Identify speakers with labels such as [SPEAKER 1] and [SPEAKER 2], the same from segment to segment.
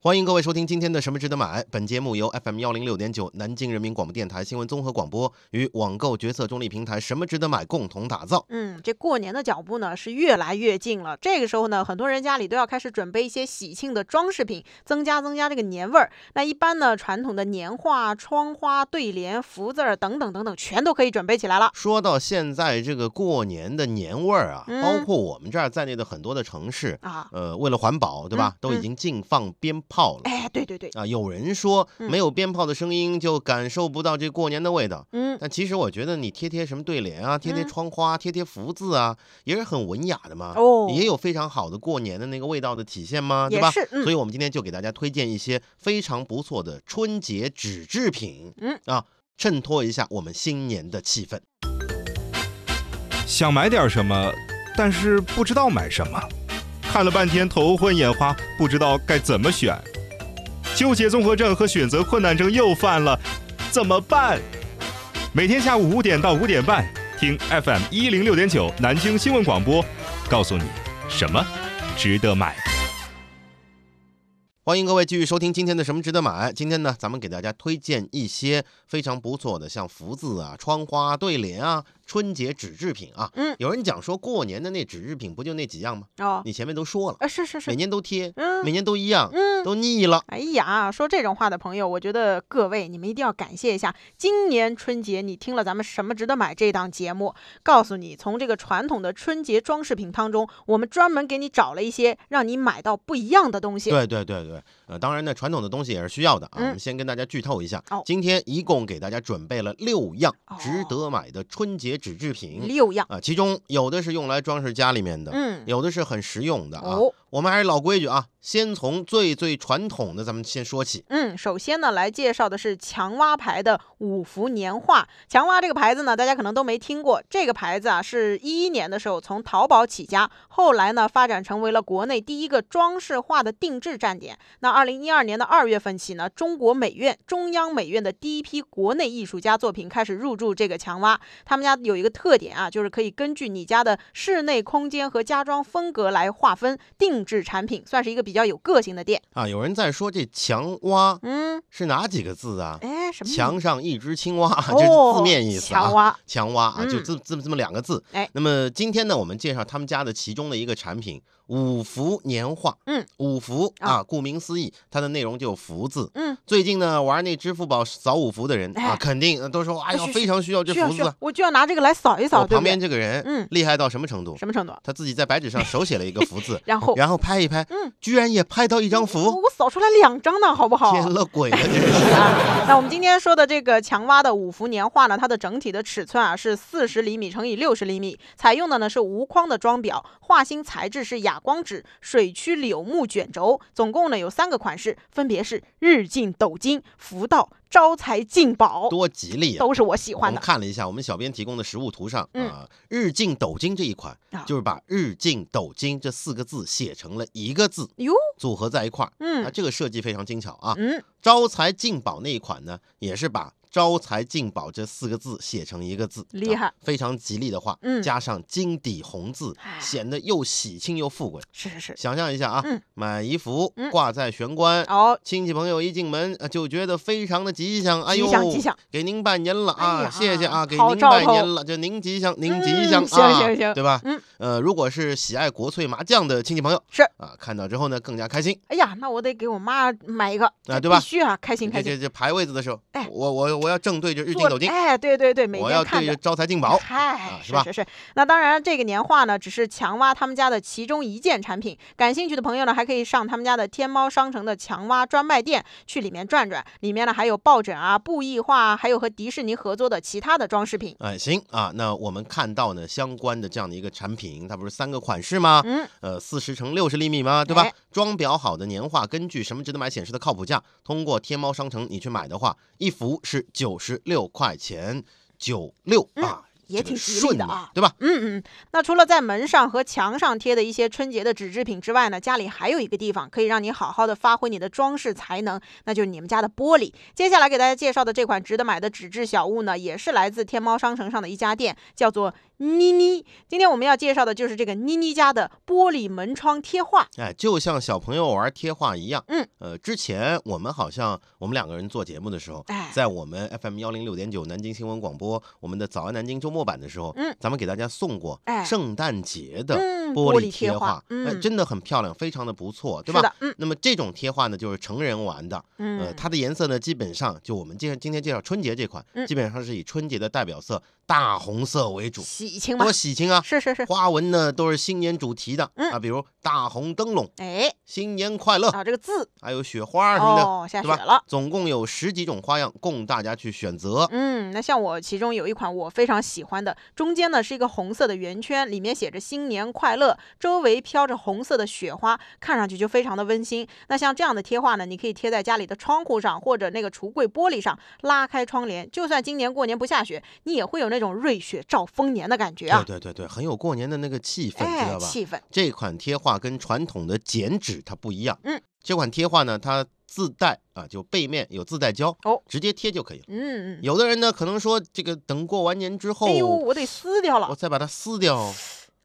[SPEAKER 1] 欢迎各位收听今天的《什么值得买》。本节目由 FM 幺零六点九南京人民广播电台新闻综合广播与网购决策中立平台“什么值得买”共同打造。
[SPEAKER 2] 嗯，这过年的脚步呢是越来越近了。这个时候呢，很多人家里都要开始准备一些喜庆的装饰品，增加增加这个年味儿。那一般呢，传统的年画、窗花、对联、福字儿等等等等，全都可以准备起来了。
[SPEAKER 1] 说到现在这个过年的年味儿啊，
[SPEAKER 2] 嗯
[SPEAKER 1] 包括我们这儿在内的很多的城市，
[SPEAKER 2] 啊，
[SPEAKER 1] 呃，为了环保，对吧
[SPEAKER 2] 嗯，
[SPEAKER 1] 都已
[SPEAKER 2] 嗯
[SPEAKER 1] 经禁放鞭炮了。
[SPEAKER 2] 哎，对对对，
[SPEAKER 1] 啊，有人说
[SPEAKER 2] 嗯
[SPEAKER 1] 没有鞭炮的声音就感受不到这过年的味道，
[SPEAKER 2] 嗯，
[SPEAKER 1] 但其实我觉得你贴贴什么对联啊，贴贴
[SPEAKER 2] 嗯
[SPEAKER 1] 窗花，贴贴福字啊，也是很文雅的嘛。
[SPEAKER 2] 哦，
[SPEAKER 1] 也有非常好的过年的那个味道的体现嘛，对
[SPEAKER 2] 也
[SPEAKER 1] 吧？
[SPEAKER 2] 是，
[SPEAKER 1] 所
[SPEAKER 2] 嗯，
[SPEAKER 1] 以我们今天就给大家推荐一些非常不错的春节纸制品，
[SPEAKER 2] 嗯
[SPEAKER 1] 啊，衬托一下我们新年的气氛。
[SPEAKER 3] 想买点什么，但是不知道买什么，看了半天头昏眼花，不知道该怎么选，纠结综合症和选择困难症又犯了，怎么办？每天下午五点到五点半，听 FM 一零六点九南京新闻广播，告诉你什么值得买。
[SPEAKER 1] 欢迎各位继续收听今天的《什么值得买》。今天呢，咱们给大家推荐一些非常不错的，像福字啊、窗花啊、对联啊、春节纸制品啊。
[SPEAKER 2] 嗯
[SPEAKER 1] 有人讲说过年的那纸制品不就那几样吗？
[SPEAKER 2] 哦，
[SPEAKER 1] 你前面都说了，
[SPEAKER 2] 啊，是是
[SPEAKER 1] 每
[SPEAKER 2] 是，
[SPEAKER 1] 年都贴，
[SPEAKER 2] 嗯
[SPEAKER 1] 每年都一样，
[SPEAKER 2] 嗯。
[SPEAKER 1] 都腻了。
[SPEAKER 2] 哎呀，说这种话的朋友，我觉得各位你们一定要感谢一下，今年春节你听了咱们什么值得买这档节目，告诉你从这个传统的春节装饰品当中，我们专门给你找了一些让你买到不一样的东西。
[SPEAKER 1] 对对对对，呃，当然呢，传统的东西也是需要的啊。我
[SPEAKER 2] 嗯
[SPEAKER 1] 们先跟大家剧透一下，
[SPEAKER 2] 哦
[SPEAKER 1] 今天一共给大家准备了六样
[SPEAKER 2] 哦
[SPEAKER 1] 值得买的春节纸制品
[SPEAKER 2] 六样，
[SPEAKER 1] 啊、其中有的是用来装饰家里面的，
[SPEAKER 2] 嗯，
[SPEAKER 1] 有的是很实用的啊。
[SPEAKER 2] 哦，
[SPEAKER 1] 我们还是老规矩啊，先从最最传统的咱们先说起。
[SPEAKER 2] 嗯，首先呢，来介绍的是强蛙牌的五福年画。强蛙这个牌子呢，大家可能都没听过。这个牌子啊，是一一年的时候从淘宝起家，后来呢发展成为了国内第一个装饰画的定制站点。那二零一二年的二月份起呢，中国美院、中央美院的第一批国内艺术家作品开始入驻这个强蛙。他们家有一个特点啊，就是可以根据你家的室内空间和家装风格来划分定制产品，算是一个比较有个性的店。
[SPEAKER 1] 啊，有人在说这墙蛙
[SPEAKER 2] 嗯。
[SPEAKER 1] 是哪几个字啊？
[SPEAKER 2] 哎，什么意
[SPEAKER 1] 墙上一只青蛙， 这
[SPEAKER 2] 哦，
[SPEAKER 1] 是字面意思啊。
[SPEAKER 2] 强蛙，
[SPEAKER 1] 墙蛙啊，就
[SPEAKER 2] 嗯
[SPEAKER 1] 这这么这么两个字。
[SPEAKER 2] 哎
[SPEAKER 1] 那么今天呢，我们介绍他们家的其中的一个产品——五福年画。
[SPEAKER 2] 嗯，
[SPEAKER 1] 五福
[SPEAKER 2] 啊
[SPEAKER 1] 啊，顾名思义，它的内容就有福字。
[SPEAKER 2] 嗯，
[SPEAKER 1] 最近呢，玩那支付宝扫五福的人啊，
[SPEAKER 2] 哎
[SPEAKER 1] 肯定呃都说哎呀
[SPEAKER 2] 是，是
[SPEAKER 1] 非常需要这
[SPEAKER 2] 需要
[SPEAKER 1] 福
[SPEAKER 2] 需
[SPEAKER 1] 字
[SPEAKER 2] 要
[SPEAKER 1] 啊。，
[SPEAKER 2] 我就要拿这个来扫一扫，
[SPEAKER 1] 我
[SPEAKER 2] 对
[SPEAKER 1] 旁
[SPEAKER 2] 不对
[SPEAKER 1] 边？这个人
[SPEAKER 2] 嗯，
[SPEAKER 1] 厉害到什么程度？
[SPEAKER 2] 什么程度？，
[SPEAKER 1] 他自己在白纸上手写了一个福字
[SPEAKER 2] 然后
[SPEAKER 1] 然后拍一拍
[SPEAKER 2] 嗯，哦
[SPEAKER 1] 居然也拍到一张
[SPEAKER 2] 我
[SPEAKER 1] 福，
[SPEAKER 2] 我扫出来两张呢，好不好？
[SPEAKER 1] 天了鬼了，真是。
[SPEAKER 2] 啊，那我们今天说的这个强蛙的五福年画呢，它的整体的尺寸啊是四十厘米乘以六十厘米，采用的呢是无框的装裱，画芯材质是哑光纸、水曲柳木卷轴，总共呢有三个款式，分别是日进斗金、福到、招财进宝，
[SPEAKER 1] 多吉利啊！
[SPEAKER 2] 都是我喜
[SPEAKER 1] 我
[SPEAKER 2] 欢
[SPEAKER 1] 们
[SPEAKER 2] 的。
[SPEAKER 1] 看了一下我们小编提供的实物图上啊、
[SPEAKER 2] 嗯
[SPEAKER 1] 日进斗金这一款，
[SPEAKER 2] 啊
[SPEAKER 1] 就是把“日进斗金”这四个字写成了一个字，
[SPEAKER 2] 哟，
[SPEAKER 1] 组合在一块儿。啊，
[SPEAKER 2] 嗯
[SPEAKER 1] 这个设计非常精巧啊！
[SPEAKER 2] 嗯，
[SPEAKER 1] 招财进宝那一款呢，也是把“招财进宝”这四个字写成一个字，
[SPEAKER 2] 厉害
[SPEAKER 1] 啊非常吉利的话，
[SPEAKER 2] 嗯
[SPEAKER 1] 加上金底红字，
[SPEAKER 2] 哎
[SPEAKER 1] 显得又喜庆又富贵。
[SPEAKER 2] 是是是，
[SPEAKER 1] 想象一下啊，
[SPEAKER 2] 嗯
[SPEAKER 1] 买一幅
[SPEAKER 2] 嗯
[SPEAKER 1] 挂在玄关，
[SPEAKER 2] 哦，
[SPEAKER 1] 亲戚朋友一进门呃就觉得非常的吉祥，哎呦，
[SPEAKER 2] 吉祥吉祥，
[SPEAKER 1] 给您拜年了
[SPEAKER 2] 哎
[SPEAKER 1] 啊，
[SPEAKER 2] 呀
[SPEAKER 1] 谢谢啊，给
[SPEAKER 2] 好
[SPEAKER 1] 您
[SPEAKER 2] 兆
[SPEAKER 1] 拜
[SPEAKER 2] 头
[SPEAKER 1] 年了，就您吉祥，您吉
[SPEAKER 2] 嗯
[SPEAKER 1] 祥、
[SPEAKER 2] 行
[SPEAKER 1] 啊，
[SPEAKER 2] 行行
[SPEAKER 1] 对吧？
[SPEAKER 2] 嗯，
[SPEAKER 1] 呃，如果是喜爱国粹麻将的亲戚朋友，
[SPEAKER 2] 是
[SPEAKER 1] 啊，看到之后呢更加开心。
[SPEAKER 2] 哎呀，那我得给我妈买一个这
[SPEAKER 1] 对吧
[SPEAKER 2] 必须啊，开心
[SPEAKER 1] 这
[SPEAKER 2] 开
[SPEAKER 1] 这
[SPEAKER 2] 心。
[SPEAKER 1] 这排位子的时候，
[SPEAKER 2] 哎
[SPEAKER 1] 我我我要正对着日进
[SPEAKER 2] 做
[SPEAKER 1] 斗金，
[SPEAKER 2] 哎，对对对，每
[SPEAKER 1] 我要
[SPEAKER 2] 天看
[SPEAKER 1] 对着
[SPEAKER 2] 着。
[SPEAKER 1] 招财进宝，
[SPEAKER 2] 嗨，
[SPEAKER 1] 是
[SPEAKER 2] 是
[SPEAKER 1] 吧
[SPEAKER 2] 是是，那当然，这个年画呢，只是强蛙他们家的其中一件产品。感兴趣的朋友呢，还可以上他们家的天猫商城的强蛙专卖店去里面转转，里面呢还有抱枕啊、布艺画啊，还有和迪士尼合作的其他的装饰品。
[SPEAKER 1] 哎，行啊，那我们看到呢相关的这样的一个产品，它不是三个款式吗？
[SPEAKER 2] 嗯，
[SPEAKER 1] 呃，四十乘六十厘米吗？对吧？
[SPEAKER 2] 哎
[SPEAKER 1] 装裱好的年画，根据什么值得买显示的靠谱价，通过天猫商城你去买的话，一幅是九十六块钱九六
[SPEAKER 2] 嗯
[SPEAKER 1] 啊。
[SPEAKER 2] 也
[SPEAKER 1] 这个
[SPEAKER 2] 挺吉利
[SPEAKER 1] 顺
[SPEAKER 2] 的
[SPEAKER 1] 嘛
[SPEAKER 2] 啊。
[SPEAKER 1] 对吧？
[SPEAKER 2] 嗯嗯，那除了在门上和墙上贴的一些春节的纸制品之外呢，家里还有一个地方可以让你好好的发挥你的装饰才能，那就是你们家的玻璃。接下来给大家介绍的这款值得买的纸质小物呢，也是来自天猫商城上的一家店，叫做妮妮。今天我们要介绍的就是这个妮妮家的玻璃门窗贴画。
[SPEAKER 1] 哎，就像小朋友玩贴画一样，
[SPEAKER 2] 嗯，
[SPEAKER 1] 呃，之前我们好像我们两个人做节目的时候，
[SPEAKER 2] 哎，
[SPEAKER 1] 在我们 FM 幺零六点九南京新闻广播我们的早安南京周末版的时候，
[SPEAKER 2] 嗯，
[SPEAKER 1] 咱们给大家送过
[SPEAKER 2] 哎
[SPEAKER 1] 圣诞节的
[SPEAKER 2] 嗯，
[SPEAKER 1] 玻
[SPEAKER 2] 璃
[SPEAKER 1] 贴
[SPEAKER 2] 画，嗯，
[SPEAKER 1] 呃，真的很漂亮，非常的不错，对
[SPEAKER 2] 是
[SPEAKER 1] 吧？
[SPEAKER 2] 的，嗯
[SPEAKER 1] 那么这种贴画呢，就是成人玩的，
[SPEAKER 2] 嗯，
[SPEAKER 1] 呃，它的颜色呢，基本上就我们介今天介绍春节这款
[SPEAKER 2] 嗯，
[SPEAKER 1] 基本上是以春节的代表色大红色为主，
[SPEAKER 2] 喜庆嘛
[SPEAKER 1] 多，喜庆啊！
[SPEAKER 2] 是是是，
[SPEAKER 1] 花纹呢都是新年主题的
[SPEAKER 2] 嗯
[SPEAKER 1] 啊，比如大红灯笼、
[SPEAKER 2] 哎，
[SPEAKER 1] 新年快乐，
[SPEAKER 2] 啊，这个字
[SPEAKER 1] 还有雪花什么的，
[SPEAKER 2] 哦，下雪
[SPEAKER 1] 对吧
[SPEAKER 2] 了。
[SPEAKER 1] 总共有十几种花样供大家去选择。
[SPEAKER 2] 嗯，那像我其中有一款我非常喜欢的，中间呢是一个红色的圆圈，里面写着“新年快乐”，周围飘着红色的雪花，看上去就非常的温馨。那像这样的贴画呢，你可以贴在家里的窗户上或者那个橱柜玻璃上，拉开窗帘，就算今年过年不下雪，你也会有那种瑞雪兆丰年的感觉啊
[SPEAKER 1] 对，对对对，很有过年的那个气氛，知
[SPEAKER 2] 哎，
[SPEAKER 1] 道吧？
[SPEAKER 2] 气氛，
[SPEAKER 1] 这款贴画跟传统的剪纸它不一样，
[SPEAKER 2] 嗯，
[SPEAKER 1] 这款贴画呢，它自带啊，就背面有自带胶，
[SPEAKER 2] 哦，
[SPEAKER 1] 直接贴就可以了。
[SPEAKER 2] 嗯，嗯
[SPEAKER 1] 有的人呢，可能说这个等过完年之后，
[SPEAKER 2] 哎呦，我得撕掉了
[SPEAKER 1] 我，再把它撕掉，
[SPEAKER 2] 我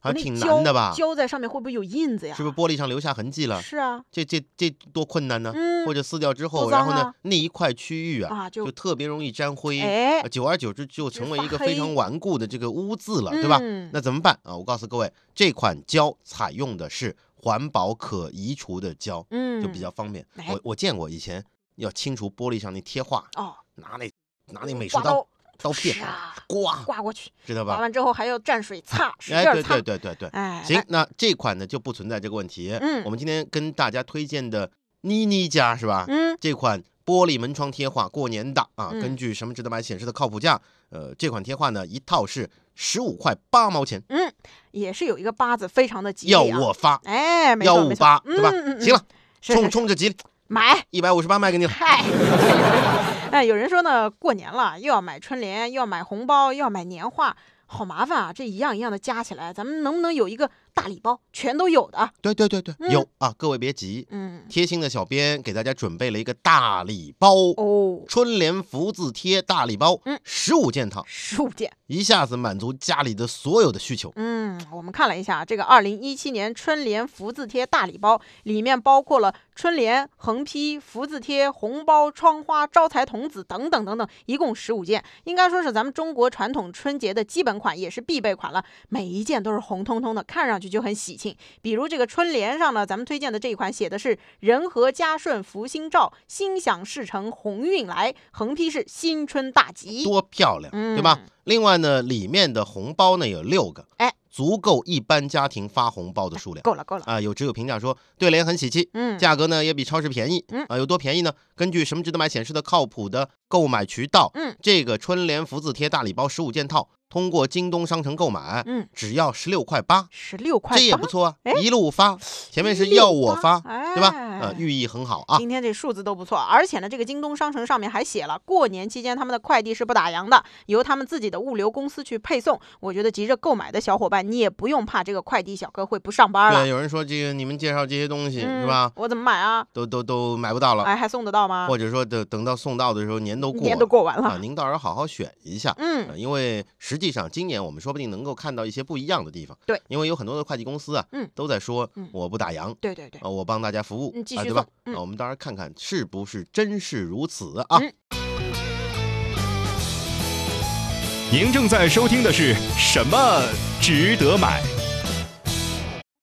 [SPEAKER 1] 还
[SPEAKER 2] 那
[SPEAKER 1] 挺
[SPEAKER 2] 胶
[SPEAKER 1] 难的吧？
[SPEAKER 2] 胶在上面会不会有印子呀？
[SPEAKER 1] 是不是玻璃上留下痕迹了？
[SPEAKER 2] 是啊，
[SPEAKER 1] 这这这多困难呢？
[SPEAKER 2] 嗯
[SPEAKER 1] 或，者撕掉之
[SPEAKER 2] 多
[SPEAKER 1] 后，然
[SPEAKER 2] 脏
[SPEAKER 1] 后呢
[SPEAKER 2] 啊，
[SPEAKER 1] 那一块区域啊，
[SPEAKER 2] 啊就
[SPEAKER 1] 就特别容易沾灰，
[SPEAKER 2] 哎
[SPEAKER 1] 呃，久而久之就
[SPEAKER 2] 就
[SPEAKER 1] 成为
[SPEAKER 2] 发
[SPEAKER 1] 一个非
[SPEAKER 2] 黑
[SPEAKER 1] 常顽固的这个污渍了，对吧？
[SPEAKER 2] 嗯
[SPEAKER 1] 那怎么办啊？我告诉各位，这款胶采用的是环保可移除的胶，
[SPEAKER 2] 嗯，
[SPEAKER 1] 就比较方便。
[SPEAKER 2] 哎
[SPEAKER 1] 我我见过以前要清除玻璃上那贴画，
[SPEAKER 2] 哦，
[SPEAKER 1] 拿那拿那美术
[SPEAKER 2] 刮
[SPEAKER 1] 刀
[SPEAKER 2] 刀
[SPEAKER 1] 刀片
[SPEAKER 2] 啊
[SPEAKER 1] 刮，
[SPEAKER 2] 刮过去。
[SPEAKER 1] 知道
[SPEAKER 2] 完
[SPEAKER 1] 吧？
[SPEAKER 2] 完之后还要蘸水擦，使劲
[SPEAKER 1] 哎，
[SPEAKER 2] 儿
[SPEAKER 1] 对
[SPEAKER 2] 擦。
[SPEAKER 1] 对对对对，
[SPEAKER 2] 哎，
[SPEAKER 1] 行，那这款呢就不存在这个问题。
[SPEAKER 2] 嗯
[SPEAKER 1] 我们今天跟大家推荐的妮妮家是吧？
[SPEAKER 2] 嗯，
[SPEAKER 1] 这款玻璃门窗贴画过年的啊，
[SPEAKER 2] 嗯
[SPEAKER 1] 根据什么值得买显示的靠谱价，呃，这款贴画呢一套是十五块八毛
[SPEAKER 2] 哎
[SPEAKER 1] 钱，
[SPEAKER 2] 也是有一个八字，非常的吉利、
[SPEAKER 1] 要
[SPEAKER 2] 啊。
[SPEAKER 1] 我发
[SPEAKER 2] 哎，没
[SPEAKER 1] 幺
[SPEAKER 2] 错
[SPEAKER 1] 五
[SPEAKER 2] 没错，
[SPEAKER 1] 八，
[SPEAKER 2] 嗯
[SPEAKER 1] 对吧
[SPEAKER 2] 嗯？嗯
[SPEAKER 1] 行了，
[SPEAKER 2] 是是
[SPEAKER 1] 冲
[SPEAKER 2] 是嗯
[SPEAKER 1] 冲着吉利，
[SPEAKER 2] 买。
[SPEAKER 1] 一百五十八卖给你了。
[SPEAKER 2] 嗨， 哎，有人说呢，过年了又要买春联，又要买红包，又要买年画，好麻烦啊！这一样一样的加起来，咱们能不能有一个大礼包，全都有的？
[SPEAKER 1] 对对对对
[SPEAKER 2] 嗯，
[SPEAKER 1] 有啊，各位别急，
[SPEAKER 2] 嗯，
[SPEAKER 1] 贴心的小编给大家准备了一个大礼包。
[SPEAKER 2] 哦，
[SPEAKER 1] 春联福字贴大礼包
[SPEAKER 2] 嗯，
[SPEAKER 1] 十五件套，
[SPEAKER 2] 十五件。
[SPEAKER 1] 一下子满足家里的所有的需求。
[SPEAKER 2] 嗯，我们看了一下这个二零一七年春联福字贴大礼包，里面包括了春联、横批、福字贴、红包、窗花、招财童子等等等等，一共十五件，应该说是咱们中国传统春节的基本款，也是必备款了。每一件都是红彤彤的，看上去就很喜庆。比如这个春联上呢，咱们推荐的这一款写的是“人和家顺福星照，心想事成鸿运来”，横批是“新春大吉”。
[SPEAKER 1] 多漂亮，
[SPEAKER 2] 嗯
[SPEAKER 1] 对吧？另外呢，里面的红包呢有六个，
[SPEAKER 2] 哎，
[SPEAKER 1] 足够一般家庭发红包的数量
[SPEAKER 2] 够了，够了。
[SPEAKER 1] 啊、有只有评价说对联很喜气，
[SPEAKER 2] 嗯，
[SPEAKER 1] 价格呢也比超市便宜，
[SPEAKER 2] 嗯
[SPEAKER 1] 啊、有多便宜呢？根据什么值得买显示的靠谱的购买渠道，
[SPEAKER 2] 嗯，
[SPEAKER 1] 这个春联福字贴大礼包十五件套，通过京东商城购买，
[SPEAKER 2] 嗯，
[SPEAKER 1] 只要十六块八，
[SPEAKER 2] 十六块
[SPEAKER 1] 这也
[SPEAKER 2] 八
[SPEAKER 1] 不。错啊
[SPEAKER 2] 哎，
[SPEAKER 1] 一路发，前面是要我发，
[SPEAKER 2] 哎、
[SPEAKER 1] 对吧？呃，寓意很好啊。
[SPEAKER 2] 今天这数字都不错，而且呢，这个京东商城上面还写了，过年期间他们的快递是不打烊的，由他们自己的物流公司去配送。我觉得急着购买的小伙伴，你也不用怕这个快递小哥会不上班
[SPEAKER 1] 对，
[SPEAKER 2] 了，
[SPEAKER 1] 有人说这个你们介绍这些东西、
[SPEAKER 2] 嗯
[SPEAKER 1] 是吧？
[SPEAKER 2] 我怎么买啊？
[SPEAKER 1] 都都都买不到了，
[SPEAKER 2] 哎，还送得到吗？
[SPEAKER 1] 或者说等等到送到的时候，年都过
[SPEAKER 2] 年都
[SPEAKER 1] 了
[SPEAKER 2] 过完了，
[SPEAKER 1] 啊，您到时候好好选一下。
[SPEAKER 2] 嗯
[SPEAKER 1] 呃因为实际上今年我们说不定能够看到一些不一样的地方。
[SPEAKER 2] 对，
[SPEAKER 1] 因为有很多的会计公司啊，
[SPEAKER 2] 嗯
[SPEAKER 1] 都在说
[SPEAKER 2] 嗯
[SPEAKER 1] 我不打烊，
[SPEAKER 2] 对对对，
[SPEAKER 1] 啊，我帮大家服务，
[SPEAKER 2] 嗯继
[SPEAKER 1] 啊，
[SPEAKER 2] 续
[SPEAKER 1] 对吧
[SPEAKER 2] 送？嗯
[SPEAKER 1] 啊我们到时候看看是不是真是如此啊。
[SPEAKER 2] 嗯
[SPEAKER 3] 您正在收听的是什么值得买？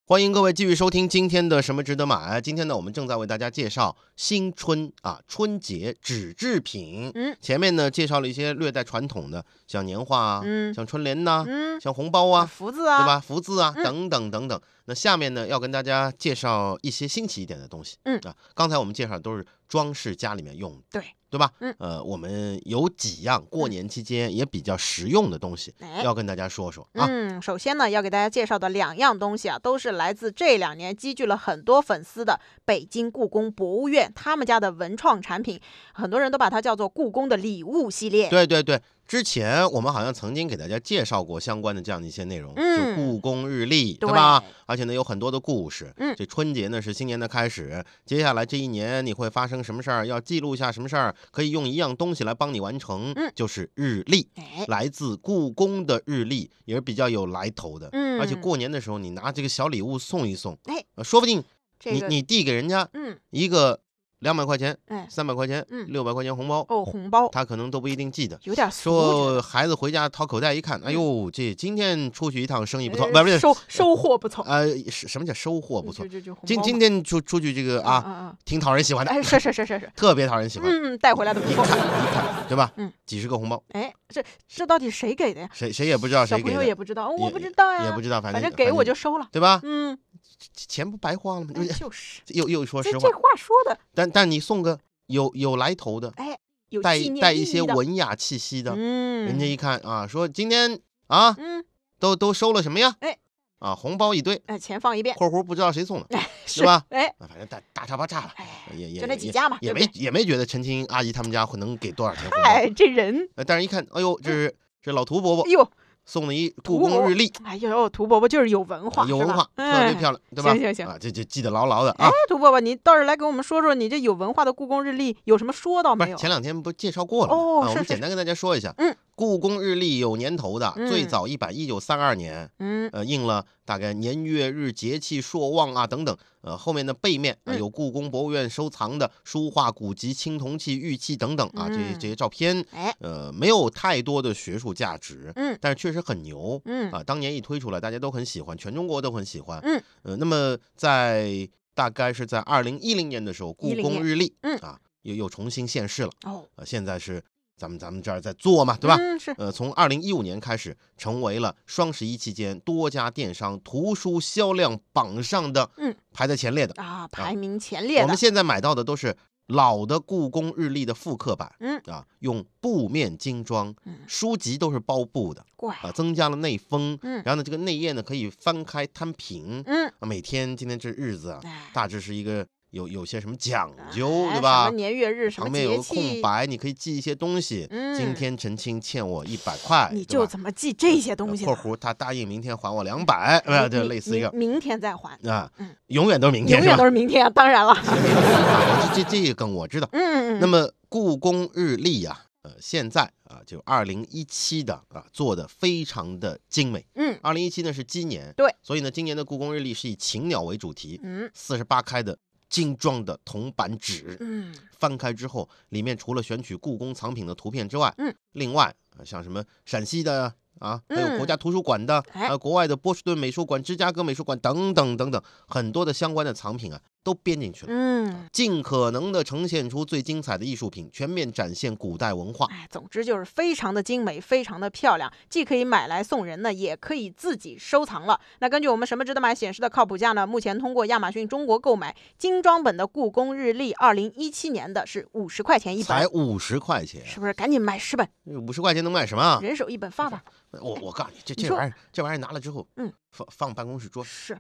[SPEAKER 1] 欢迎各位继续收听今天的什么值得买。今天呢，我们正在为大家介绍新春啊春节纸制品。
[SPEAKER 2] 嗯
[SPEAKER 1] 前面呢介绍了一些略带传统的，像年画啊，
[SPEAKER 2] 嗯
[SPEAKER 1] 像春联呐、
[SPEAKER 2] 嗯，
[SPEAKER 1] 像红包啊，
[SPEAKER 2] 福字啊，
[SPEAKER 1] 对？吧？福字啊，
[SPEAKER 2] 嗯
[SPEAKER 1] 等等等等。那下面呢，要跟大家介绍一些新奇一点的东西。
[SPEAKER 2] 嗯
[SPEAKER 1] 啊，刚才我们介绍的都是装饰家里面用的，
[SPEAKER 2] 对
[SPEAKER 1] 对吧？
[SPEAKER 2] 嗯
[SPEAKER 1] 呃，我们有几样过
[SPEAKER 2] 嗯
[SPEAKER 1] 年期间也比较实用的东西，
[SPEAKER 2] 哎，
[SPEAKER 1] 要跟大家说说啊。
[SPEAKER 2] 嗯，首先呢，要给大家介绍的两样东西啊，都是来自这两年积聚了很多粉丝的北京故宫博物院他们家的文创产品，很多人都把它叫做故宫的礼物系列。
[SPEAKER 1] 对对对，之前我们好像曾经给大家介绍过相关的这样的一些内容，
[SPEAKER 2] 嗯
[SPEAKER 1] 就故宫日历，
[SPEAKER 2] 对
[SPEAKER 1] 吧？而且呢，有很多的故事。
[SPEAKER 2] 嗯
[SPEAKER 1] 这春节呢是新年的开始，接下来这一年你会发生什么事儿？要记录下什么事儿，可以用一样东西来帮你完成，
[SPEAKER 2] 嗯
[SPEAKER 1] 就是日历，
[SPEAKER 2] 哎，
[SPEAKER 1] 来自故宫的日历也是比较有来头的。
[SPEAKER 2] 嗯，
[SPEAKER 1] 而且过年的时候，你拿这个小礼物送一送，
[SPEAKER 2] 哎
[SPEAKER 1] 呃说不定
[SPEAKER 2] 这
[SPEAKER 1] 你
[SPEAKER 2] 个，
[SPEAKER 1] 你递给人家
[SPEAKER 2] 嗯，
[SPEAKER 1] 一个两百块钱、
[SPEAKER 2] 哎，
[SPEAKER 1] 三百块钱、
[SPEAKER 2] 嗯
[SPEAKER 1] 六百块钱红包，
[SPEAKER 2] 哦，红包
[SPEAKER 1] 他可能都不一定记得。
[SPEAKER 2] 有点俗，我觉
[SPEAKER 1] 说孩子回家掏口袋一看，哎呦，这今天出去一趟生意不错，
[SPEAKER 2] 得
[SPEAKER 1] 不是不是，
[SPEAKER 2] 嗯呃收收获不错，
[SPEAKER 1] 呃，是什么叫收获不错
[SPEAKER 2] 就？，就就红
[SPEAKER 1] 今
[SPEAKER 2] 包
[SPEAKER 1] 今
[SPEAKER 2] 嘛
[SPEAKER 1] 天出出去这个啊，
[SPEAKER 2] 啊啊啊，
[SPEAKER 1] 挺讨人喜欢的，
[SPEAKER 2] 哎，是是是是是，
[SPEAKER 1] 特别讨人喜欢，
[SPEAKER 2] 嗯，带回来的不
[SPEAKER 1] 一
[SPEAKER 2] 错，
[SPEAKER 1] 看一看，对吧？
[SPEAKER 2] 嗯，
[SPEAKER 1] 几十个红包，
[SPEAKER 2] 哎，这这到底谁给的呀？
[SPEAKER 1] 谁谁也不知道
[SPEAKER 2] 小
[SPEAKER 1] 谁
[SPEAKER 2] 朋
[SPEAKER 1] 给
[SPEAKER 2] 友
[SPEAKER 1] 的，
[SPEAKER 2] 也不知道，嗯我
[SPEAKER 1] 也
[SPEAKER 2] 不知道呀，
[SPEAKER 1] 也不知道，
[SPEAKER 2] 反
[SPEAKER 1] 正
[SPEAKER 2] 正给我
[SPEAKER 1] 反正
[SPEAKER 2] 就收了，
[SPEAKER 1] 对吧？
[SPEAKER 2] 嗯，
[SPEAKER 1] 钱不白花了吗？
[SPEAKER 2] 哎就是。
[SPEAKER 1] 又又说
[SPEAKER 2] 这
[SPEAKER 1] 实话
[SPEAKER 2] 这，话说的
[SPEAKER 1] 但但你送个有有来头的，
[SPEAKER 2] 有
[SPEAKER 1] 带
[SPEAKER 2] 纪念
[SPEAKER 1] 带
[SPEAKER 2] 意
[SPEAKER 1] 一些
[SPEAKER 2] 义的，
[SPEAKER 1] 文雅气息的，
[SPEAKER 2] 嗯，
[SPEAKER 1] 人家一看啊，说今天啊
[SPEAKER 2] 嗯，
[SPEAKER 1] 都都收了什么呀？
[SPEAKER 2] 哎，
[SPEAKER 1] 啊，红包一堆，
[SPEAKER 2] 哎，钱放一遍，
[SPEAKER 1] 括弧不知道谁送的，
[SPEAKER 2] 哎，
[SPEAKER 1] 是吧？
[SPEAKER 2] 哎，
[SPEAKER 1] 啊反正大大差不差了，
[SPEAKER 2] 哎，
[SPEAKER 1] 也也
[SPEAKER 2] 就那几
[SPEAKER 1] 也
[SPEAKER 2] 家嘛，
[SPEAKER 1] 也
[SPEAKER 2] 对不
[SPEAKER 1] 没
[SPEAKER 2] 对
[SPEAKER 1] 也没觉得陈青阿姨他们家会能给多少钱红包，
[SPEAKER 2] 哎，这人，
[SPEAKER 1] 呃但是一看，哎呦，这是这老涂伯伯
[SPEAKER 2] 哎呦，
[SPEAKER 1] 送的一
[SPEAKER 2] 涂
[SPEAKER 1] 故宫
[SPEAKER 2] 伯
[SPEAKER 1] 日历，
[SPEAKER 2] 哎呦，涂伯伯就是有文化，
[SPEAKER 1] 啊有
[SPEAKER 2] 是
[SPEAKER 1] 文
[SPEAKER 2] 吧
[SPEAKER 1] 化，特别
[SPEAKER 2] 哎
[SPEAKER 1] 漂亮，对吧？
[SPEAKER 2] 行行行
[SPEAKER 1] 啊，这就记得牢牢的
[SPEAKER 2] 哎
[SPEAKER 1] 啊。，
[SPEAKER 2] 涂伯伯，你倒是来给我们说说你这有文化的故宫日历有什么说到
[SPEAKER 1] 不
[SPEAKER 2] 没
[SPEAKER 1] 是
[SPEAKER 2] 有？
[SPEAKER 1] 前两天不介绍过了吗？
[SPEAKER 2] 哦
[SPEAKER 1] 啊，我
[SPEAKER 2] 是
[SPEAKER 1] 们
[SPEAKER 2] 是
[SPEAKER 1] 简单跟大家说一下。
[SPEAKER 2] 嗯，
[SPEAKER 1] 故宫日历有年头的，最
[SPEAKER 2] 嗯
[SPEAKER 1] 早一版一九三二年，
[SPEAKER 2] 嗯，
[SPEAKER 1] 呃，印了大概年月日节气朔望啊等等，呃，后面的背面、呃、
[SPEAKER 2] 嗯
[SPEAKER 1] 有故宫博物院收藏的书画、古籍、青铜器、玉器等等啊，这些
[SPEAKER 2] 嗯
[SPEAKER 1] 这些照片，
[SPEAKER 2] 哎，
[SPEAKER 1] 呃，没有太多的学术价值，
[SPEAKER 2] 嗯
[SPEAKER 1] 但是确实很牛
[SPEAKER 2] 嗯
[SPEAKER 1] 啊、当年一推出来，大家都很喜欢，全中国都很喜欢，
[SPEAKER 2] 嗯，
[SPEAKER 1] 呃，那么在大概是在二零一零年的时候，故
[SPEAKER 2] 10
[SPEAKER 1] 宫
[SPEAKER 2] 年
[SPEAKER 1] 日历，
[SPEAKER 2] 嗯
[SPEAKER 1] 啊，又又重新现世了，
[SPEAKER 2] 哦，
[SPEAKER 1] 呃，现在是咱们咱们这儿在做嘛，对吧？
[SPEAKER 2] 嗯，是，
[SPEAKER 1] 呃，从二零一五年开始，成为了双十一期间多家电商图书销量榜上的，
[SPEAKER 2] 嗯，
[SPEAKER 1] 排在前列的。
[SPEAKER 2] 啊，排名前列
[SPEAKER 1] 我
[SPEAKER 2] 的
[SPEAKER 1] 们，现在买到的都是老的故宫日历的复刻版，
[SPEAKER 2] 嗯
[SPEAKER 1] 啊，用布面精装，
[SPEAKER 2] 嗯
[SPEAKER 1] 书籍都是包布的
[SPEAKER 2] 怪，
[SPEAKER 1] 啊，增加了内封，
[SPEAKER 2] 嗯
[SPEAKER 1] 然后呢，这个内页呢可以翻开摊平，
[SPEAKER 2] 嗯，
[SPEAKER 1] 啊，每天今天这日子啊，
[SPEAKER 2] 哎
[SPEAKER 1] 大致是一个有有些什么讲
[SPEAKER 2] 哎
[SPEAKER 1] 究，
[SPEAKER 2] 什
[SPEAKER 1] 对
[SPEAKER 2] 么
[SPEAKER 1] 吧？
[SPEAKER 2] 年月日什么
[SPEAKER 1] 旁边有
[SPEAKER 2] 节
[SPEAKER 1] 个空
[SPEAKER 2] 气，
[SPEAKER 1] 白，你可以记一些东西。今
[SPEAKER 2] 嗯
[SPEAKER 1] 天陈青欠我一百块，
[SPEAKER 2] 你
[SPEAKER 1] 对
[SPEAKER 2] 就
[SPEAKER 1] 吧
[SPEAKER 2] 怎么记这些东西呢？
[SPEAKER 1] 括弧他答应明天还我两百，呃，
[SPEAKER 2] 明
[SPEAKER 1] 就类似一个
[SPEAKER 2] 明明天再还，
[SPEAKER 1] 啊
[SPEAKER 2] 嗯，
[SPEAKER 1] 永远都是明天
[SPEAKER 2] 永
[SPEAKER 1] 是
[SPEAKER 2] 远
[SPEAKER 1] 吧
[SPEAKER 2] 都？是明天啊！当 然了，
[SPEAKER 1] 啊这这这个梗我知道。
[SPEAKER 2] 嗯嗯，
[SPEAKER 1] 那
[SPEAKER 2] 么
[SPEAKER 1] 么故宫日历啊，呃，现在啊，就二零一七的啊，做的非常的精美。
[SPEAKER 2] 嗯
[SPEAKER 1] 二零一七呢是鸡年，
[SPEAKER 2] 对，
[SPEAKER 1] 所以呢，今年的故宫日历是以禽鸟为主题，
[SPEAKER 2] 嗯
[SPEAKER 1] 四十八开的精装的铜版纸，
[SPEAKER 2] 嗯
[SPEAKER 1] 翻开之后，里面除了选取故宫藏品的图片之外，
[SPEAKER 2] 嗯，
[SPEAKER 1] 另外啊像什么陕西的啊，还有国
[SPEAKER 2] 嗯
[SPEAKER 1] 家图书馆的，
[SPEAKER 2] 哎
[SPEAKER 1] 还有国外的波士顿美术馆、芝加哥美术馆等等等等，很多的相关的藏品啊都编进去了，
[SPEAKER 2] 嗯，
[SPEAKER 1] 尽可能的呈现出最精彩的艺术品，全面展现古代文化。
[SPEAKER 2] 哎，总之就是非常的精美，非常的漂亮，既可以买来送人呢，也可以自己收藏了。那根据我们什么值得买显示的靠谱价呢，目前通过亚马逊中国购买精装本的《故宫日历》，二零一七年的是五十块钱一
[SPEAKER 1] 才
[SPEAKER 2] 本，
[SPEAKER 1] 五十块钱，
[SPEAKER 2] 是不是？赶紧买十本，
[SPEAKER 1] 五十块钱能买什么啊？
[SPEAKER 2] 人手一本发吧。
[SPEAKER 1] 我我告诉你，这
[SPEAKER 2] 你
[SPEAKER 1] 这
[SPEAKER 2] 说
[SPEAKER 1] 玩意儿，这玩意儿拿了之后，
[SPEAKER 2] 嗯，
[SPEAKER 1] 放放办公室桌，
[SPEAKER 2] 是，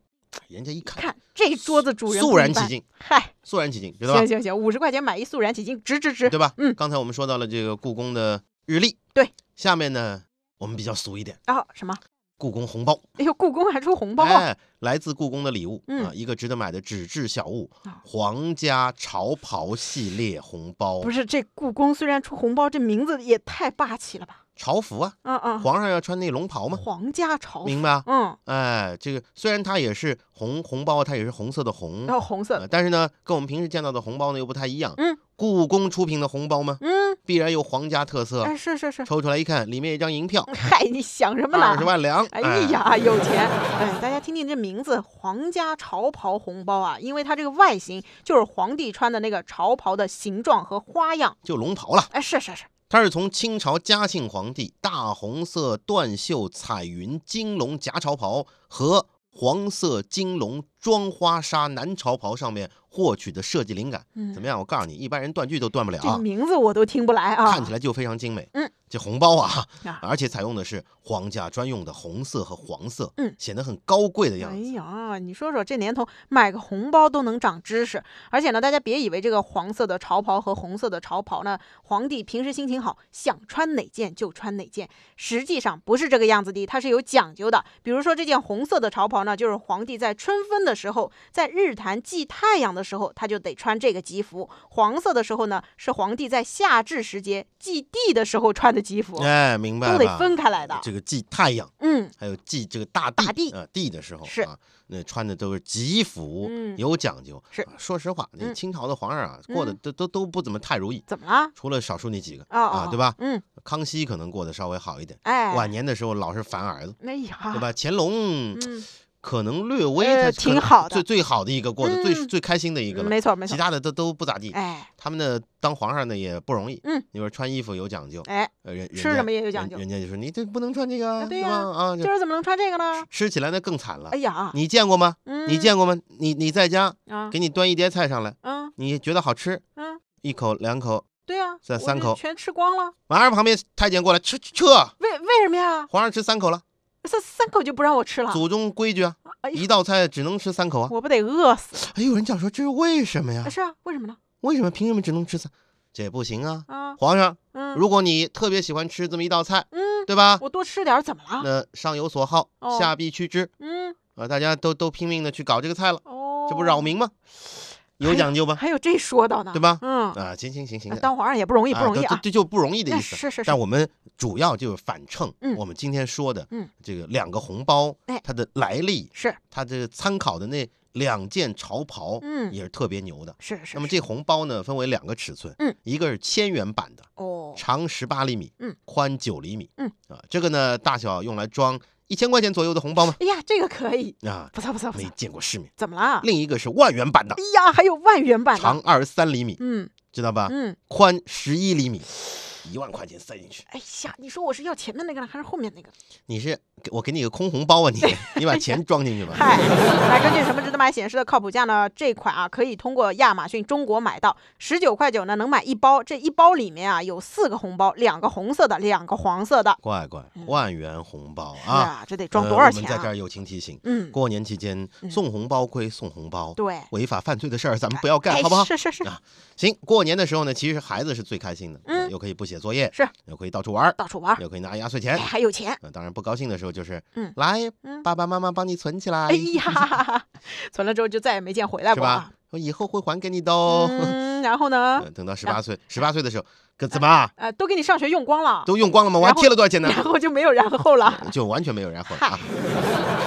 [SPEAKER 1] 人家一看，
[SPEAKER 2] 看这桌子主人
[SPEAKER 1] 肃
[SPEAKER 2] 不一
[SPEAKER 1] 然起
[SPEAKER 2] 般
[SPEAKER 1] 敬，
[SPEAKER 2] 嗨，
[SPEAKER 1] 肃然起敬，知道吧
[SPEAKER 2] 行？行行，五十块钱买一肃然起敬，值值值。
[SPEAKER 1] 对吧？
[SPEAKER 2] 嗯
[SPEAKER 1] 刚才我们说到了这个故宫的日历，
[SPEAKER 2] 对，
[SPEAKER 1] 下面呢我们比较俗一点，
[SPEAKER 2] 啊、什么？
[SPEAKER 1] 故宫红包，
[SPEAKER 2] 哎呦，故宫还出红包啊！
[SPEAKER 1] 哎，来自故宫的礼物，
[SPEAKER 2] 嗯
[SPEAKER 1] 啊，一个值得买的纸质小物
[SPEAKER 2] 啊，
[SPEAKER 1] 皇家潮袍系列红包
[SPEAKER 2] 不，是这故宫虽然出红包，这名字也太霸气了吧？
[SPEAKER 1] 朝服啊，
[SPEAKER 2] 嗯嗯，
[SPEAKER 1] 皇上要穿那龙袍嘛，
[SPEAKER 2] 皇家朝服，
[SPEAKER 1] 明白啊？
[SPEAKER 2] 嗯，
[SPEAKER 1] 哎，这个虽然它也是红红包，它也是红色的红
[SPEAKER 2] 然。后红色
[SPEAKER 1] 呃，但是呢，跟我们平时见到的红包呢又不太一样。
[SPEAKER 2] 嗯，
[SPEAKER 1] 故宫出品的红包嘛，
[SPEAKER 2] 嗯，
[SPEAKER 1] 必然有皇家特色。
[SPEAKER 2] 哎，是是是，
[SPEAKER 1] 抽出来一看，里面一张银票，
[SPEAKER 2] 嗨，你想什么
[SPEAKER 1] 二十
[SPEAKER 2] 啦？
[SPEAKER 1] 万两。
[SPEAKER 2] 哎呀，有钱！哎，大家听听这名字“皇家朝袍红包”啊，因为它这个外形就是皇帝穿的那个朝袍的形状和花样。
[SPEAKER 1] 就龙袍了。
[SPEAKER 2] 哎，是是是，
[SPEAKER 1] 它是从清朝嘉庆皇帝大红色缎绣彩云金龙夹朝袍和黄色金龙妆花纱南朝袍上面获取的设计灵感。
[SPEAKER 2] 嗯，
[SPEAKER 1] 怎么样？我告诉你，一般人断句都断不了
[SPEAKER 2] 这
[SPEAKER 1] 啊，
[SPEAKER 2] 名字我都听不来啊。
[SPEAKER 1] 看起来就非常精美。
[SPEAKER 2] 嗯，
[SPEAKER 1] 这红包啊，
[SPEAKER 2] 啊
[SPEAKER 1] 而且采用的是皇家专用的红色和黄色，
[SPEAKER 2] 嗯
[SPEAKER 1] 显得很高贵的样
[SPEAKER 2] 哎
[SPEAKER 1] 子。
[SPEAKER 2] 呀，你说说这年头买个红包都能长知识，而且呢，大家别以为这个黄色的朝袍和红色的朝袍呢，皇帝平时心情好想穿哪件就穿哪件，实际上不是这个样子的，它是有讲究的。比如说这件红色的朝袍呢，就是皇帝在春分的时候，在日坛祭太阳的时候，他就得穿这个吉服；黄色的时候呢，是皇帝在夏至时节祭地的时候穿的吉服，
[SPEAKER 1] 哎，明白了。
[SPEAKER 2] 都得分开来的。
[SPEAKER 1] 这个祭太阳，
[SPEAKER 2] 嗯，
[SPEAKER 1] 还有祭这个大地
[SPEAKER 2] 大地
[SPEAKER 1] 呃地的时候
[SPEAKER 2] 是
[SPEAKER 1] 啊，那穿的都是吉服，
[SPEAKER 2] 嗯
[SPEAKER 1] 有讲究。
[SPEAKER 2] 是
[SPEAKER 1] 啊说实话，那
[SPEAKER 2] 嗯
[SPEAKER 1] 清朝的皇上啊，过得
[SPEAKER 2] 嗯
[SPEAKER 1] 都都都不怎么太如意，
[SPEAKER 2] 怎么了？
[SPEAKER 1] 除了少数那几个
[SPEAKER 2] 哦哦
[SPEAKER 1] 啊，对吧？
[SPEAKER 2] 嗯，
[SPEAKER 1] 康熙可能过得稍微好一点，
[SPEAKER 2] 哎，
[SPEAKER 1] 晚年的时候老是烦儿子，
[SPEAKER 2] 哎呀，
[SPEAKER 1] 对吧？乾隆
[SPEAKER 2] 嗯，
[SPEAKER 1] 可能略微
[SPEAKER 2] 呃
[SPEAKER 1] 他
[SPEAKER 2] 挺
[SPEAKER 1] 可能
[SPEAKER 2] 好的
[SPEAKER 1] 最最好的一个过得最
[SPEAKER 2] 嗯
[SPEAKER 1] 最开心的一个了，
[SPEAKER 2] 没错没
[SPEAKER 1] 其
[SPEAKER 2] 错。
[SPEAKER 1] 他的都都不咋地。
[SPEAKER 2] 哎
[SPEAKER 1] 他们呢，当皇上呢也不容易。
[SPEAKER 2] 嗯，
[SPEAKER 1] 你说穿衣服有讲究，
[SPEAKER 2] 哎，
[SPEAKER 1] 呃，人人
[SPEAKER 2] 吃
[SPEAKER 1] 家
[SPEAKER 2] 什么也有
[SPEAKER 1] 人
[SPEAKER 2] 讲究，
[SPEAKER 1] 人家就说你这不能穿这个啊，
[SPEAKER 2] 啊对
[SPEAKER 1] 吧？
[SPEAKER 2] 呀
[SPEAKER 1] 啊，就
[SPEAKER 2] 今儿怎么能穿这个呢？
[SPEAKER 1] 吃起来那更惨了
[SPEAKER 2] 哎。呀，
[SPEAKER 1] 你见过吗？
[SPEAKER 2] 嗯，
[SPEAKER 1] 你见过吗？你你在家
[SPEAKER 2] 啊？
[SPEAKER 1] 给你端一碟菜上来，
[SPEAKER 2] 嗯
[SPEAKER 1] 你觉得好吃，
[SPEAKER 2] 嗯，
[SPEAKER 1] 一口两口，
[SPEAKER 2] 对呀，
[SPEAKER 1] 这
[SPEAKER 2] 我
[SPEAKER 1] 三
[SPEAKER 2] 这
[SPEAKER 1] 口
[SPEAKER 2] 全吃光了，
[SPEAKER 1] 马上旁边太监过来，撤撤撤，
[SPEAKER 2] 为为什么呀？
[SPEAKER 1] 皇上吃三口了，
[SPEAKER 2] 三三口就不让我吃了，
[SPEAKER 1] 祖宗规矩啊，
[SPEAKER 2] 哎呀
[SPEAKER 1] 一道菜只能吃三口啊。
[SPEAKER 2] 我不得饿死？
[SPEAKER 1] 哎，有人讲说这是为什么呀
[SPEAKER 2] 啊？是啊，为什么呢？
[SPEAKER 1] 为什么凭什么只能吃三？这也不行啊！
[SPEAKER 2] 啊，
[SPEAKER 1] 皇上，
[SPEAKER 2] 嗯
[SPEAKER 1] 如果你特别喜欢吃这么一道菜，
[SPEAKER 2] 嗯，
[SPEAKER 1] 对吧？
[SPEAKER 2] 我多吃点儿怎么了？
[SPEAKER 1] 那上有所好
[SPEAKER 2] 啊哦，
[SPEAKER 1] 下必趋之
[SPEAKER 2] 嗯，
[SPEAKER 1] 啊！大家都都拼命的去搞这个菜了，
[SPEAKER 2] 哦，
[SPEAKER 1] 这不扰民吗？有讲究吧？
[SPEAKER 2] 还有这说道呢，
[SPEAKER 1] 对吧
[SPEAKER 2] 嗯，
[SPEAKER 1] 啊，行行行行
[SPEAKER 2] 啊
[SPEAKER 1] 的，
[SPEAKER 2] 当皇上也不容易，不
[SPEAKER 1] 啊
[SPEAKER 2] 容易
[SPEAKER 1] 都
[SPEAKER 2] 啊
[SPEAKER 1] 这。这就不容易的
[SPEAKER 2] 那
[SPEAKER 1] 意思。
[SPEAKER 2] 是是是
[SPEAKER 1] 但，我们主要就是反衬
[SPEAKER 2] 嗯
[SPEAKER 1] 我们今天说的
[SPEAKER 2] 嗯
[SPEAKER 1] 这个两个红包
[SPEAKER 2] 哎，
[SPEAKER 1] 它的来历，
[SPEAKER 2] 是
[SPEAKER 1] 它的参考的那两件朝袍
[SPEAKER 2] 嗯
[SPEAKER 1] 也是特别牛的。
[SPEAKER 2] 是是。
[SPEAKER 1] 那么
[SPEAKER 2] 是
[SPEAKER 1] 这红包呢，分为两个尺寸，
[SPEAKER 2] 嗯，
[SPEAKER 1] 一个是千元版的，
[SPEAKER 2] 哦，
[SPEAKER 1] 长十八厘米，
[SPEAKER 2] 嗯，
[SPEAKER 1] 宽九厘米，
[SPEAKER 2] 嗯，
[SPEAKER 1] 啊，这个呢大小用来装一千块钱左右的红包嘛，
[SPEAKER 2] 哎呀，这个可以，
[SPEAKER 1] 啊，
[SPEAKER 2] 不错不错不
[SPEAKER 1] 没
[SPEAKER 2] 错。
[SPEAKER 1] 见过世面。
[SPEAKER 2] 怎么了？
[SPEAKER 1] 另一个是万元版的
[SPEAKER 2] 哎，呀，还有万元啊版
[SPEAKER 1] 长啊
[SPEAKER 2] 的，
[SPEAKER 1] 二十三厘米，
[SPEAKER 2] 嗯
[SPEAKER 1] 知道吧？
[SPEAKER 2] 嗯，
[SPEAKER 1] 宽十一厘米，一万块钱塞进去，
[SPEAKER 2] 哎呀，你说我是要前面那个呢，还是后面那个？
[SPEAKER 1] 你是给我给你个空红包啊 你，你把钱装进去吧。
[SPEAKER 2] 嗨，那根据什么值得买显示的靠谱价呢？这款啊可以通过亚马逊中国买到，十九块九呢能买一包，这一包里面啊有四个红包，两个红色的，两个黄色的。
[SPEAKER 1] 乖乖，万元红包
[SPEAKER 2] 嗯是
[SPEAKER 1] 啊，
[SPEAKER 2] 啊，这得装
[SPEAKER 1] 呃
[SPEAKER 2] 多少
[SPEAKER 1] 我
[SPEAKER 2] 钱
[SPEAKER 1] 们在这
[SPEAKER 2] 啊？
[SPEAKER 1] 儿友情提醒，
[SPEAKER 2] 嗯，
[SPEAKER 1] 过年期间
[SPEAKER 2] 嗯
[SPEAKER 1] 送红包归送红包，
[SPEAKER 2] 对，
[SPEAKER 1] 违法犯罪的事儿咱们不要
[SPEAKER 2] 哎
[SPEAKER 1] 干，好不好？
[SPEAKER 2] 是是是，
[SPEAKER 1] 啊行，过年的时候呢，其实孩子是最开心的，呃
[SPEAKER 2] 嗯
[SPEAKER 1] 又可以不写作业，
[SPEAKER 2] 是，
[SPEAKER 1] 又可以到处玩儿，
[SPEAKER 2] 到处玩儿，
[SPEAKER 1] 又可以拿压岁
[SPEAKER 2] 哎，
[SPEAKER 1] 钱。
[SPEAKER 2] 还有钱。
[SPEAKER 1] 呃当然不高兴的时候就是，
[SPEAKER 2] 嗯
[SPEAKER 1] 来，
[SPEAKER 2] 嗯
[SPEAKER 1] 爸爸妈妈帮你存起来，
[SPEAKER 2] 哎呀， 存了之后就再也没见回来
[SPEAKER 1] 是
[SPEAKER 2] 过啊
[SPEAKER 1] 吧。？我以后会还给你的哦。
[SPEAKER 2] 嗯，然 后呢
[SPEAKER 1] 呃？等到十八岁，十八岁的时候，哥怎么啊
[SPEAKER 2] 呃，都给你上学用光了，
[SPEAKER 1] 都用光了吗？我还
[SPEAKER 2] 然后
[SPEAKER 1] 贴了多少 钱呢？
[SPEAKER 2] 然后就没有然后了。
[SPEAKER 1] 就完全没有然后了啊！开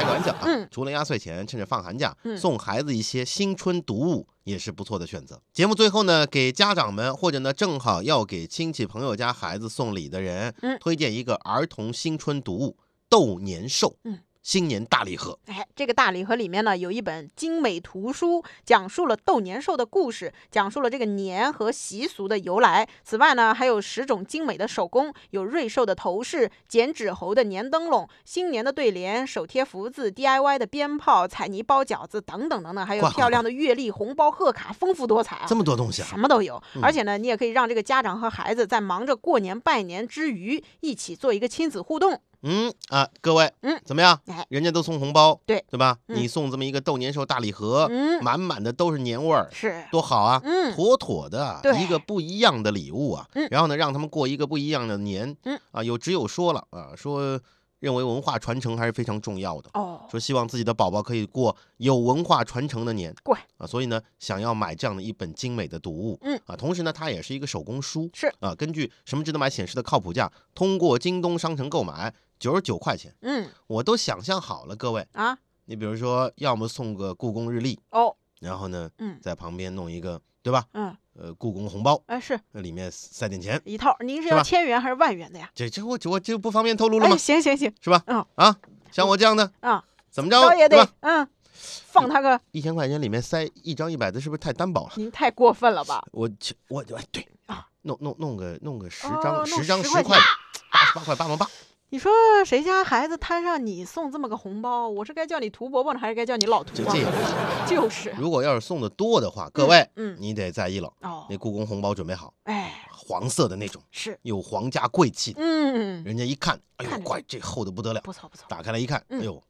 [SPEAKER 1] 个玩笑啊
[SPEAKER 2] 嗯！
[SPEAKER 1] 除了压岁钱，趁着放寒假
[SPEAKER 2] 嗯
[SPEAKER 1] 送孩子一些新春读物也是不错的选择。节目最后呢，给家长们或者呢正好要给亲戚朋友家孩子送礼的人
[SPEAKER 2] 嗯，
[SPEAKER 1] 推荐一个儿童新春读物《斗年兽》
[SPEAKER 2] 嗯，
[SPEAKER 1] 新年大礼盒。
[SPEAKER 2] 哎，这个大礼盒里面呢，有一本精美图书，讲述了斗年兽的故事，讲述了这个年和习俗的由来。此外呢，还有十种精美的手工，有瑞兽的头饰、剪纸猴的年灯笼、新年的对联、手贴福字、DIY 的鞭炮、彩泥包饺子等等等等，还有
[SPEAKER 1] 哇
[SPEAKER 2] 漂亮的月历、红包、贺卡，丰富多彩啊
[SPEAKER 1] 这！么多东西啊！
[SPEAKER 2] 什么都有，而
[SPEAKER 1] 嗯
[SPEAKER 2] 且呢，你也可以让这个家长和孩子在忙着过年拜年之余，一起做一个亲子互动。
[SPEAKER 1] 嗯啊，各位，
[SPEAKER 2] 嗯
[SPEAKER 1] 怎么样
[SPEAKER 2] 哎？
[SPEAKER 1] 人家都送红包，
[SPEAKER 2] 对
[SPEAKER 1] 对吧？
[SPEAKER 2] 嗯
[SPEAKER 1] 你送这么一个斗年兽大礼盒，
[SPEAKER 2] 嗯，
[SPEAKER 1] 满满的都是年味儿，
[SPEAKER 2] 是，
[SPEAKER 1] 多好啊！
[SPEAKER 2] 嗯，
[SPEAKER 1] 妥妥的
[SPEAKER 2] 对
[SPEAKER 1] 一个不一样的礼物啊
[SPEAKER 2] 嗯，
[SPEAKER 1] 然后呢，让他们过一个不一样的年。
[SPEAKER 2] 嗯
[SPEAKER 1] 啊，有只有说了啊，说认为文化传承还是非常重要的，
[SPEAKER 2] 哦，
[SPEAKER 1] 说希望自己的宝宝可以过有文化传承的年。
[SPEAKER 2] 怪
[SPEAKER 1] 啊，所以呢，想要买这样的一本精美的读物，
[SPEAKER 2] 嗯
[SPEAKER 1] 啊，同时呢，它也是一个手工书，
[SPEAKER 2] 是
[SPEAKER 1] 啊，根据什么值得买显示的靠谱价，通过京东商城购买九十九块钱，
[SPEAKER 2] 嗯
[SPEAKER 1] 我都想象好了，各位，
[SPEAKER 2] 啊，
[SPEAKER 1] 你比如说，要么送个故宫日历，
[SPEAKER 2] 哦，
[SPEAKER 1] 然后呢，
[SPEAKER 2] 嗯
[SPEAKER 1] 在旁边弄一个，对吧？
[SPEAKER 2] 嗯，
[SPEAKER 1] 呃，故宫红包。
[SPEAKER 2] 哎，是
[SPEAKER 1] 那里面塞点钱，
[SPEAKER 2] 一套。您
[SPEAKER 1] 是
[SPEAKER 2] 是要
[SPEAKER 1] 吧
[SPEAKER 2] 千元还是万元的呀？
[SPEAKER 1] 这这我我这不方便透露了吗
[SPEAKER 2] 哎，？行行行，
[SPEAKER 1] 是吧？
[SPEAKER 2] 嗯
[SPEAKER 1] 啊，像我这样的
[SPEAKER 2] 嗯，
[SPEAKER 1] 怎么
[SPEAKER 2] 招
[SPEAKER 1] 着
[SPEAKER 2] 也
[SPEAKER 1] 对
[SPEAKER 2] 得
[SPEAKER 1] 吧？
[SPEAKER 2] 嗯，放他 个，
[SPEAKER 1] 一千块钱里面塞一张一百的，是不是太单薄了？
[SPEAKER 2] 您太过分了吧？
[SPEAKER 1] 我去我哎对
[SPEAKER 2] 啊，
[SPEAKER 1] 弄弄弄个弄个十
[SPEAKER 2] 哦
[SPEAKER 1] 张
[SPEAKER 2] 弄
[SPEAKER 1] 十张
[SPEAKER 2] 10
[SPEAKER 1] 十
[SPEAKER 2] 块
[SPEAKER 1] 块的，八十八块八毛八。
[SPEAKER 2] 你说谁家孩子摊上你送这么个红包，我是该叫你涂伯伯呢，还是该叫你老
[SPEAKER 1] 这
[SPEAKER 2] 涂啊
[SPEAKER 1] 这？也不行。
[SPEAKER 2] 就是，
[SPEAKER 1] 如果要是送的多的话，各位
[SPEAKER 2] 嗯，
[SPEAKER 1] 你得在意了，
[SPEAKER 2] 哦
[SPEAKER 1] 那，故宫红包准备好，
[SPEAKER 2] 哎，
[SPEAKER 1] 黄色的那种，
[SPEAKER 2] 是，
[SPEAKER 1] 有皇家贵气的。
[SPEAKER 2] 嗯，
[SPEAKER 1] 人家一看，哎呦，
[SPEAKER 2] 看着
[SPEAKER 1] 乖，这厚的不得了。
[SPEAKER 2] 不错不错，
[SPEAKER 1] 打开来一看，哎
[SPEAKER 2] 嗯
[SPEAKER 1] 呦，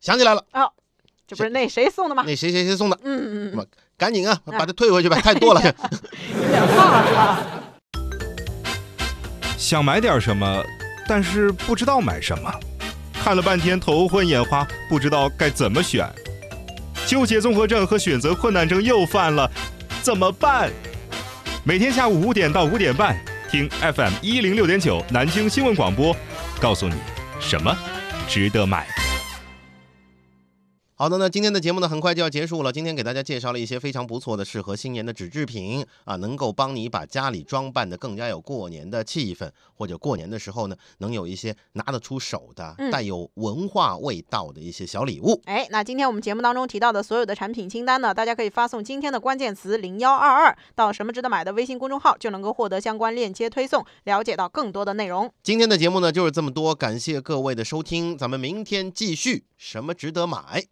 [SPEAKER 1] 想起来了，
[SPEAKER 2] 哦，这不是那谁送的吗？
[SPEAKER 1] 那谁谁谁送的，
[SPEAKER 2] 嗯嗯
[SPEAKER 1] 妈赶紧啊，把它退回去吧，太 多了。这
[SPEAKER 2] 嗯，有点忘了，
[SPEAKER 3] 想买点什么，但是不知道买什么，看了半天头昏眼花，不知道该怎么选，纠结综合症和选择困难症又犯了，怎么办？每天下午五点到五点半，听 FM 一零六点九南京新闻广播，告诉你什么值得买。
[SPEAKER 1] 好的，那今天的节目呢，很快就要结束了。今天给大家介绍了一些非常不错的适合新年的纸制品啊，能够帮你把家里装扮的更加有过年的气氛，或者过年的时候呢，能有一些拿得出手的、
[SPEAKER 2] 嗯
[SPEAKER 1] 带有文化味道的一些小礼物。
[SPEAKER 2] 哎，那今天我们节目当中提到的所有的产品清单呢，大家可以发送今天的关键词零幺二二到“什么值得买”的微信公众号，就能够获得相关链接推送，了解到更多的内容。
[SPEAKER 1] 今天的节目呢就是这么多，感谢各位的收听，咱们明天继续，什么值得买？